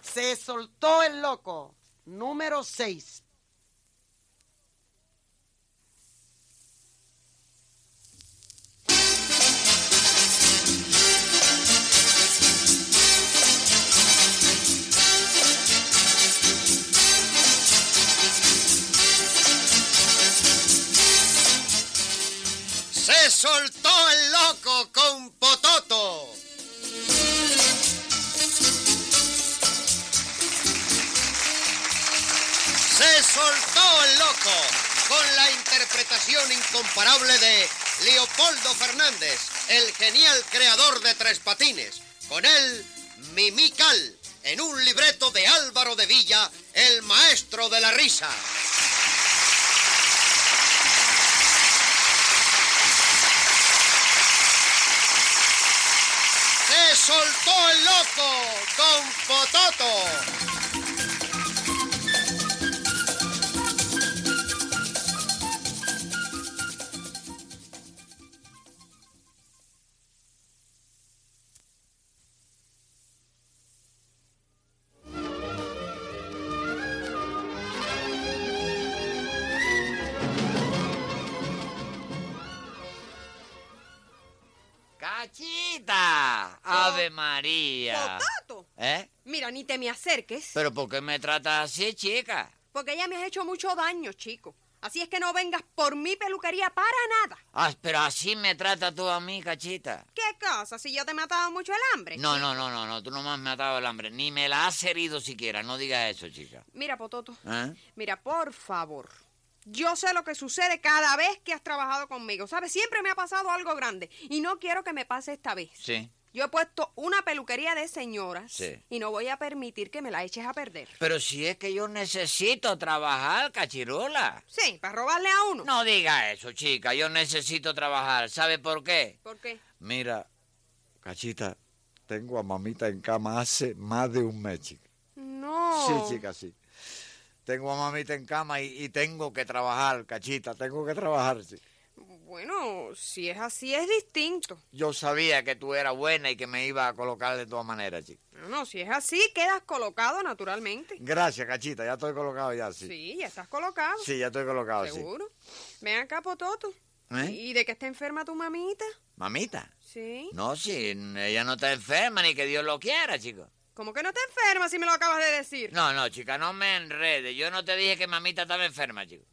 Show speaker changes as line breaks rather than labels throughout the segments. Se soltó el loco. Número 6.
Se soltó el loco con Pototo. Se soltó el loco con la interpretación incomparable de Leopoldo Fernández, el genial creador de Tres Patines. Con él, Mimical, en un libreto de Álvaro de Villa, el maestro de la risa. Se soltó el loco con Pototo.
¡Cachita! ¡Ave María!
Potato.
¿Eh?
Mira, ni te me acerques,
¿Pero por qué me tratas así, chica?
porque ya me has hecho mucho daño, chico. Así es que no vengas por mi peluquería para nada.
Ah, pero así me tratas tú a mí, cachita.
¿Qué cosa? Si yo te he matado mucho el hambre.
No, no, no, no, no, tú no me has matado el hambre, ni me la has herido siquiera, no digas eso, chica.
Mira, Pototo.
¿Eh?
Mira, por favor. Yo sé lo que sucede cada vez que has trabajado conmigo. ¿Sabes? Siempre me ha pasado algo grande. Y no quiero que me pase esta vez.
Sí.
Yo he puesto una peluquería de señoras.
Sí.
Y no voy a permitir que me la eches a perder.
Pero si es que yo necesito trabajar, cachirula.
Sí, para robarle a uno.
No digas eso, chica, yo necesito trabajar, ¿sabe por qué?
¿Por qué?
Mira, cachita, tengo a mamita en cama hace más de un mes, chica.
No.
Sí, chica, sí. Tengo a mamita en cama y, y tengo que trabajar, cachita, tengo que trabajar, sí.
Bueno, si es así es distinto.
Yo sabía que tú eras buena y que me iba a colocar de todas maneras, chica.
No, no, si es así quedas colocado naturalmente.
Gracias, cachita, ya estoy colocado ya, sí.
Sí, ya estás colocado.
Sí, ya estoy colocado, sí.
seguro. Ven acá, Pototo.
¿Eh?
¿Y de que está enferma tu mamita?
Mamita.
Sí.
No, si ella no está enferma ni que Dios lo quiera, chico.
¿Cómo que no está enferma si me lo acabas de decir?
No, no, chica, no me enredes. Yo no te dije que mamita estaba enferma, chico.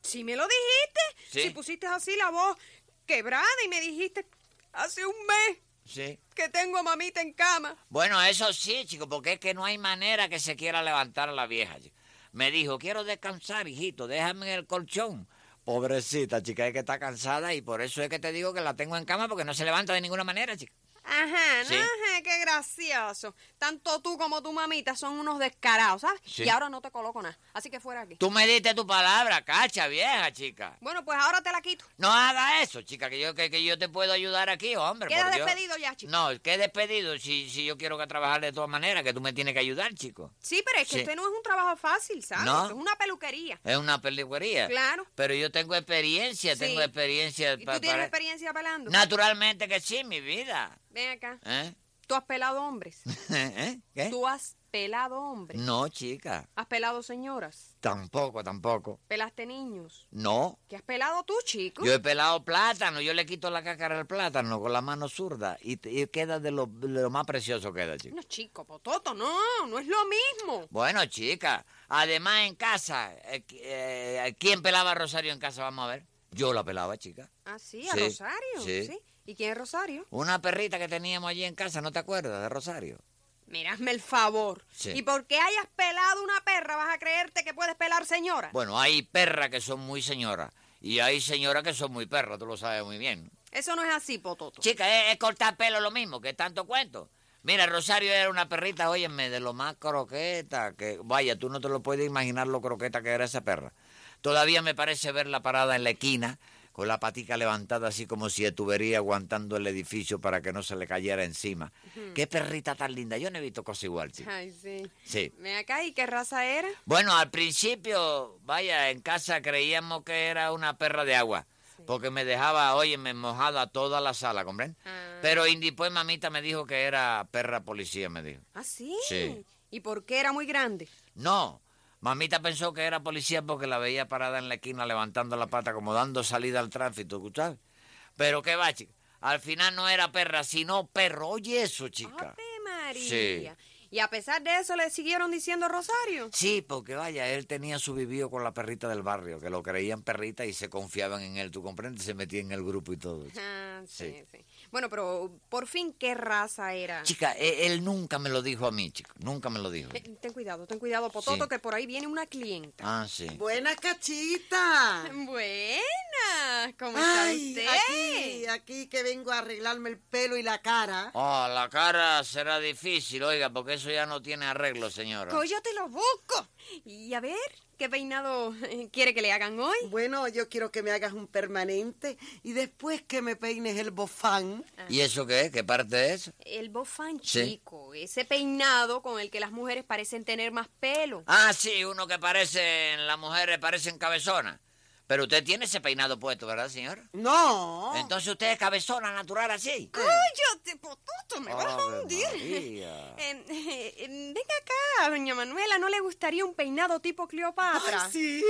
Si me lo dijiste.
Sí.
Si pusiste así la voz quebrada y me dijiste hace un mes
Sí.
que tengo a mamita en cama.
Bueno, eso sí, chico, porque es que no hay manera que se quiera levantar la vieja. chico. Me dijo, quiero descansar, hijito, déjame en el colchón.
Pobrecita, chica, es que está
Está cansada y por eso es que te digo que la tengo en cama porque no se levanta de ninguna manera, chico.
Ajá,
Sí.
no, ajá, qué gracioso. Tanto tú como tu mamita son unos descarados, ¿sabes?
Sí.
Y ahora no te coloco nada. Así que fuera aquí.
Tú me diste tu palabra, cacha, vieja, chica.
Bueno, pues ahora te la quito.
No hagas eso, chica, que yo, que, que yo te puedo ayudar aquí, hombre.
Quedas
por Dios.
despedido ya, chico.
No, que despedido si, si yo quiero que trabajar de todas maneras, que tú me tienes que ayudar, chico.
Sí, pero es que
Sí.
este no es un trabajo fácil, ¿sabes?
No. Eh.
Esto es una peluquería.
Es una peluquería.
Claro.
Pero yo tengo experiencia,
Sí.
tengo experiencia.
¿Y
Eh, pa-
tú tienes
para-
experiencia pelando?
Naturalmente que sí, mi vida.
Ven acá.
¿Eh?
Tú has pelado hombres.
¿Eh? ¿Qué?
Tú has pelado hombres.
No, chica.
Has pelado señoras.
Tampoco, tampoco.
Pelaste niños.
No.
¿Qué has pelado tú, chico?
Yo he pelado plátano, yo le quito la cáscara al plátano con la mano zurda y, te- y queda de lo, de lo más precioso queda, chica.
No, chico, Pototo, no, no es lo mismo.
Bueno, chica, además en casa, eh, eh, ¿quién pelaba a Rosario en casa? Vamos a ver. Yo la pelaba, chica.
Ah, sí, a
Sí,
Rosario.
sí.
¿Y quién es Rosario?
Una perrita que teníamos allí en casa, ¿no te acuerdas de Rosario?
Mira, hazme el favor.
Sí.
Y porque hayas pelado una perra, vas a creerte que puedes pelar señora.
Bueno, hay perras que son muy señoras y hay señoras que son muy perras, tú lo sabes muy bien.
Eso no es así, Pototo.
Chica, es, es cortar pelo lo mismo, que tanto cuento. Mira, Rosario era una perrita, óyeme, de lo más croqueta que... Vaya, tú no te lo puedes imaginar lo croqueta que era esa perra. Todavía me parece verla parada en la esquina, con la patica levantada así como si estuviera aguantando el edificio para que no se le cayera encima. Qué perrita tan linda, yo no he visto cosa igual, chica.
Ay, sí.
Sí.
Ven acá, ¿y qué raza era?
Bueno, al principio, vaya, en casa creíamos que era una perra de agua, porque me dejaba, óyeme, mojada toda la sala, ¿comprende?
Ah.
pues, Pero y después mamita me dijo que era perra policía, me dijo.
Ah, sí.
Sí.
¿Y por qué era muy grande?
No, mamita pensó que era policía porque la veía parada en la esquina levantando la pata como dando salida al tránsito, ¿sabes? Pero qué va, chica. Al final no era perra, sino perro. Oye eso, chica.
¡Ave María! Y a pesar de eso le siguieron diciendo Rosario.
Sí, porque vaya, él tenía su vivío con la perrita del barrio, que lo creían perrita y se confiaban en él, ¿tú comprendes? Se metía en el grupo y todo. chica.
Ah, sí,
Sí.
sí, Bueno, pero por fin, ¿qué raza era?
Chica, e- él nunca me lo dijo a mí, chica. Nunca me lo dijo.
Eh, Ten cuidado, ten cuidado, Pototo,
Sí.
que por ahí viene una clienta.
Ah, sí.
Buena cachita.
Buenas, ¿cómo está
Ay,
usted?
aquí, aquí que vengo a arreglarme el pelo y la cara.
Oh, la cara será difícil, oiga, porque eso ya no tiene arreglo, señora.
Co- Pues yo te lo busco. Y a ver, ¿qué peinado eh, quiere que le hagan hoy?
Bueno, yo quiero que me hagas un permanente y después que me peines el bofán.
¿Y eso qué es? ¿Qué parte es?
El bofán
Sí.
chico, ese peinado con el que las mujeres parecen tener más pelo.
Ah, sí, uno que parece, las mujeres parecen cabezonas. Pero usted tiene ese peinado puesto, ¿verdad, señora?
Oh.
No.
Entonces usted es cabezona natural así. Ah,
¡Cállate, Pototo! ¡Me vas a
Ave
hundir!
María.
Eh, eh, eh, venga acá, doña Manuela, ¿no le gustaría un peinado tipo Cleopatra?
Ay, sí.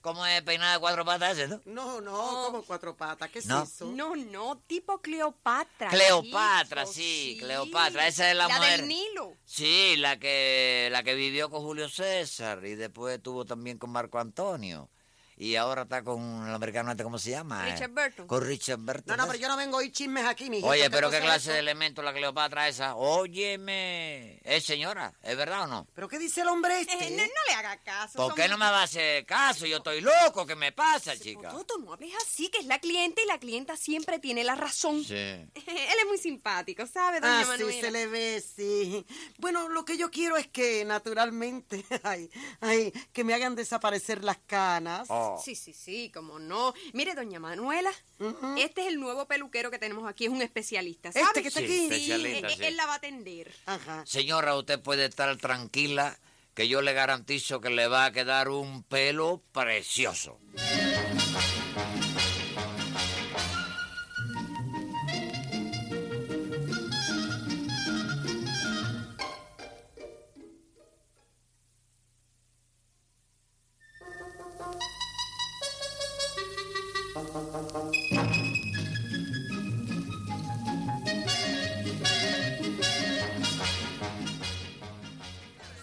¿Cómo es el peinado de cuatro patas ese, no?
No, no, como cuatro patas. ¿Qué es
No.
eso?
No, no, tipo Cleopatra.
Cleopatra,
chico,
sí, Cleopatra, esa es la mujer.
del Nilo.
Sí, la que, la que vivió con Julio César y después estuvo también con Marco Antonio. Y ahora está con el americano, este, ¿cómo se llama?
Richard Burton.
Con Richard
No,
Burton.
no, pero yo no vengo a oír chismes aquí, mi
Oye, pero qué clase de elemento la Cleopatra esa. Óyeme. Es señora, ¿es verdad o no?
¿Pero qué dice el hombre este?
Eh, no, no le haga caso.
¿Por
son-
qué no me va a hacer caso? Yo estoy loco, ¿qué me pasa, chica?
Pototo, no hables así, que es la clienta y la clienta siempre tiene la razón.
Sí.
Él es muy simpático, ¿sabe, doña
Ah, sí,
Manuela?
se le ve, sí. Bueno, lo que yo quiero es que, naturalmente, ay, ay, que me hagan desaparecer las canas.
Oh.
Sí, sí, sí, como no. Mire, doña Manuela, este es el nuevo peluquero que tenemos aquí, es un especialista, ¿sabe?
Este que está
Sí,
aquí.
Sí,
especialista,
eh,
sí.
él la va a atender.
Ajá.
Señora, usted puede estar tranquila que yo le garantizo que le va a quedar un pelo precioso.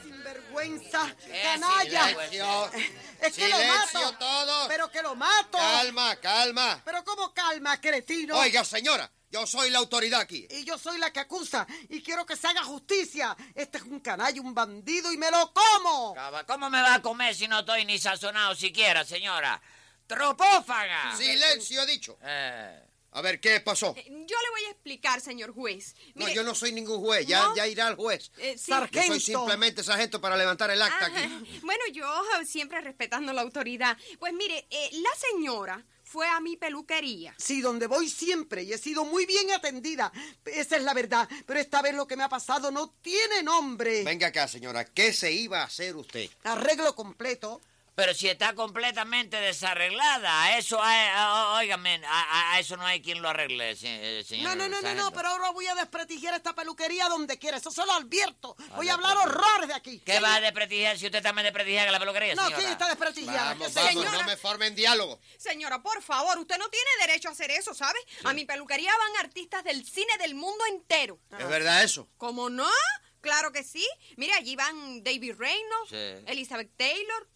Sinvergüenza,
Eh,
canalla.
Silencio.
Es que lo
Pues Silencio
mato.
todos.
Pero que lo mato.
Calma, calma.
Pero cómo calma, cretino.
Oiga, señora, yo soy la autoridad aquí.
Y yo soy la que acusa y quiero que se haga justicia. Este es un canalla, un bandido y me lo como.
Caba, ¿Cómo me va a comer si no estoy ni sazonado siquiera, señora? ¡Tropófaga!
Silencio, he dicho.
Eh,
A ver, ¿qué pasó?
Eh, Yo le voy a explicar, señor juez.
No,
Mire,
yo no soy ningún juez, ya,
No.
ya irá al juez.
eh, sí.
Sargento.
Yo soy simplemente sargento para levantar el acta
Ajá.
aquí.
Bueno, yo eh, siempre respetando la autoridad. Pues mire, eh, la señora fue a mi peluquería.
Sí, donde voy siempre y he sido muy bien atendida. Esa es la verdad. Pero esta vez lo que me ha pasado no tiene nombre.
Venga acá, señora, ¿qué se iba a hacer usted?
Arreglo completo.
pero si está completamente desarreglada, a eso, hay- a- a- óigame, a, a- a eso no hay quien lo arregle, se- eh,
No,
señor.
no, no, no, no,
sargento.
pero ahora voy a desprestigiar esta peluquería donde quiera. Eso se lo advierto. Voy
Vale,
a
pues,
hablar
perfecto.
horrores de aquí.
¿Qué va a desprestigiar si usted está más desprestigiada que la peluquería,
No,
señora?
¿quién está Este desprestigiada?
Vamos,
¿Qué sé
vamos,
yo?
señora.
no me formen diálogo.
Señora, por favor, usted no tiene derecho a hacer eso, ¿sabe? A mi peluquería van artistas del cine del mundo entero.
Ah.
¿Es verdad eso?
¿Cómo no? Claro que sí. Mire, allí van David Reynolds,
Sí.
Elizabeth Taylor,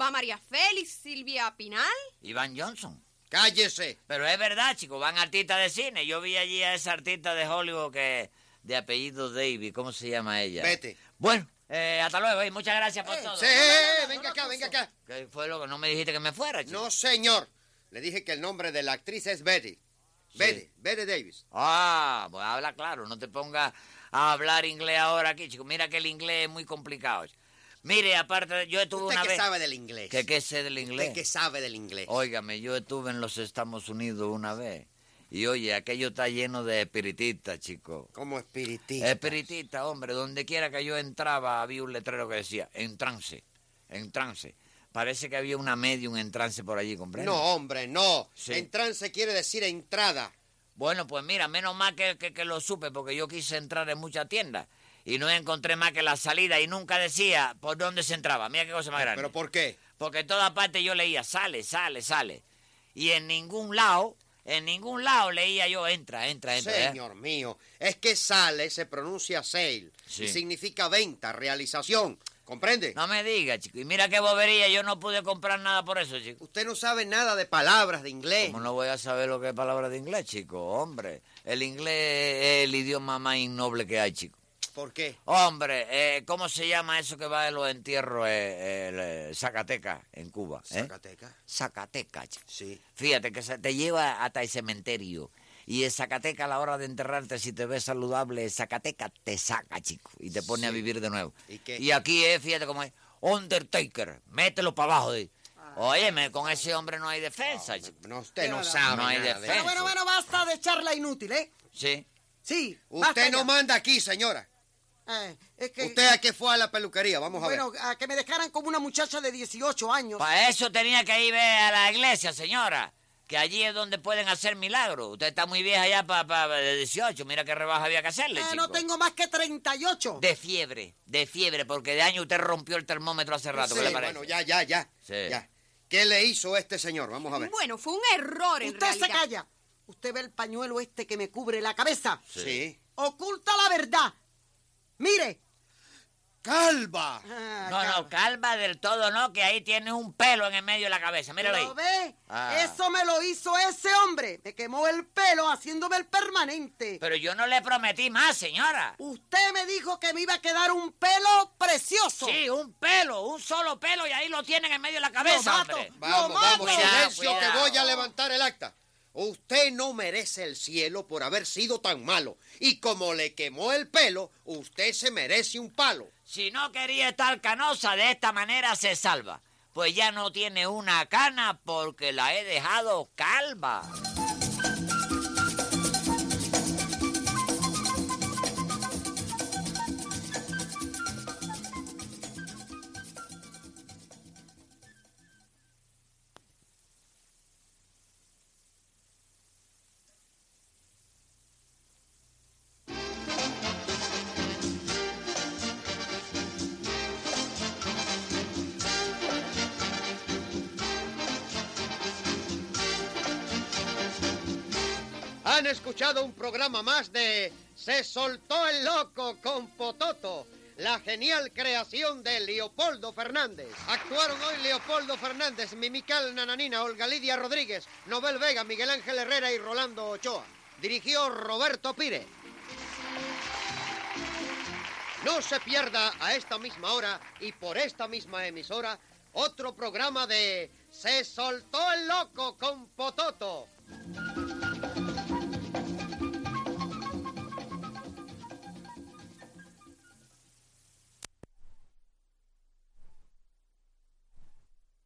va María Félix, Silvia Pinal.
Iván Johnson.
Cállese.
Pero es verdad, chicos, van artistas de cine. Yo vi allí a esa artista de Hollywood que de apellido David, ¿cómo se llama ella?
Vete.
Bueno, eh, hasta luego y muchas gracias por todo.
Sí, eh, venga acá, venga acá.
¿Qué fue lo que no me dijiste que me fuera, chico?
No, señor. Le dije que el nombre de la actriz es Betty. Betty, Betty Davis.
Ah, pues habla claro, no te pongas a hablar inglés ahora aquí, chico. Mira que el inglés es muy complicado. chico. Mire, aparte, de- yo estuve
¿Usted
una
qué
vez...
sabe del inglés?
¿Qué, qué sé del inglés?
¿Usted qué sabe del inglés?
Óigame, yo estuve en los Estados Unidos una vez. Y oye, aquello está lleno de espiritistas, chico.
Como espiritista.
Espiritista, hombre, donde quiera que yo entraba había un letrero que decía, en trance, en trance. Parece que había una medium en trance por allí, ¿comprende?
No, hombre, no.
Sí.
En trance quiere decir entrada.
Bueno, pues mira, menos mal que, que- que lo supe, porque yo quise entrar en muchas tiendas y no encontré más que la salida y nunca decía por dónde se entraba. Mira qué cosa más grande.
¿Pero por qué?
Porque en toda parte yo leía sale, sale, sale. Y en ningún lado, en ningún lado leía yo entra, entra, entra. ¿eh?
Señor mío, es que sale se pronuncia sale
Sí.
y significa venta, realización. ¿Comprende?
No me digas, chico. Y mira qué bobería, yo no pude comprar nada por eso, chico.
Usted no sabe nada de palabras, de inglés.
¿Cómo no voy a saber lo que es palabra de inglés, chico? Hombre, el inglés es el idioma más innoble que hay, chico.
¿Por qué?
Hombre, eh, ¿cómo se llama eso que va de los entierros eh, el, eh, Zacatecas en Cuba? eh?
Zacatecas.
Zacatecas, chico.
Sí.
Fíjate que se te lleva hasta el cementerio. Y el Zacatecas a la hora de enterrarte, si te ves saludable, el Zacatecas te saca, chico, y te pone a
Sí.
vivir de nuevo.
¿Y qué?
aquí es, fíjate cómo es, Undertaker, mételo para abajo. Oye,
Ah.
Óyeme, con ese hombre no hay defensa, chico.
No, usted no
No, no,
sabe
no hay
nada de
defensa.
Bueno,
eso.
bueno, bueno, basta de charla inútil, ¿eh?
Sí.
Sí.
Ah,
basta
Usted no
ya.
manda aquí, señora.
Eh, es que,
Usted a qué fue a la peluquería, vamos a ver.
bueno, a que me dejaran como una muchacha de 18 años.
Para eso tenía que ir ve, a la iglesia, señora, que allí es donde pueden hacer milagros. Usted está muy vieja ya para 18, mira qué rebaja había que hacerle,
Eh,
chico.
no tengo más que 38.
De fiebre, de fiebre, porque de año usted rompió el termómetro hace rato, ¿qué
Sí,
le parece?
bueno, ya, ya, ya,
Sí.
ya. ¿Qué le hizo este señor? Vamos a ver.
Bueno, fue un error en
Usted
realidad.
se calla. Usted ve el pañuelo este que me cubre la cabeza.
Sí.
Oculta la verdad. Mire.
¡Calva!
Ah,
No, no, calva del todo no, que ahí tienes un pelo en el medio de la cabeza, míralo ahí.
¿Lo ve?
Ah.
Eso me lo hizo ese hombre. Me quemó el pelo haciéndome el permanente.
Pero yo no le prometí más, señora.
Usted me dijo que me iba a quedar un pelo precioso.
Sí, un pelo, un solo pelo y ahí lo tienen en medio de la
lo
cabeza,
mato.
hombre.
Lo
Vamos,
mato.
vamos,
Cuidado,
silencio, que
cuidado.
voy a levantar el acta. Usted no merece el cielo por haber sido tan malo. Y como le quemó el pelo, usted se merece un palo.
Si no quería estar canosa, de esta manera se salva. Pues ya no tiene una cana porque la he dejado calva.
Han escuchado un programa más de Se soltó el loco con Pototo, la genial creación de Leopoldo Fernández. Actuaron hoy Leopoldo Fernández, Mimical Nananina, Olga Lidia Rodríguez, Nobel Vega, Miguel Ángel Herrera y Rolando Ochoa. Dirigió Roberto Pire. No se pierda a esta misma hora y por esta misma emisora otro programa de Se soltó el loco con Pototo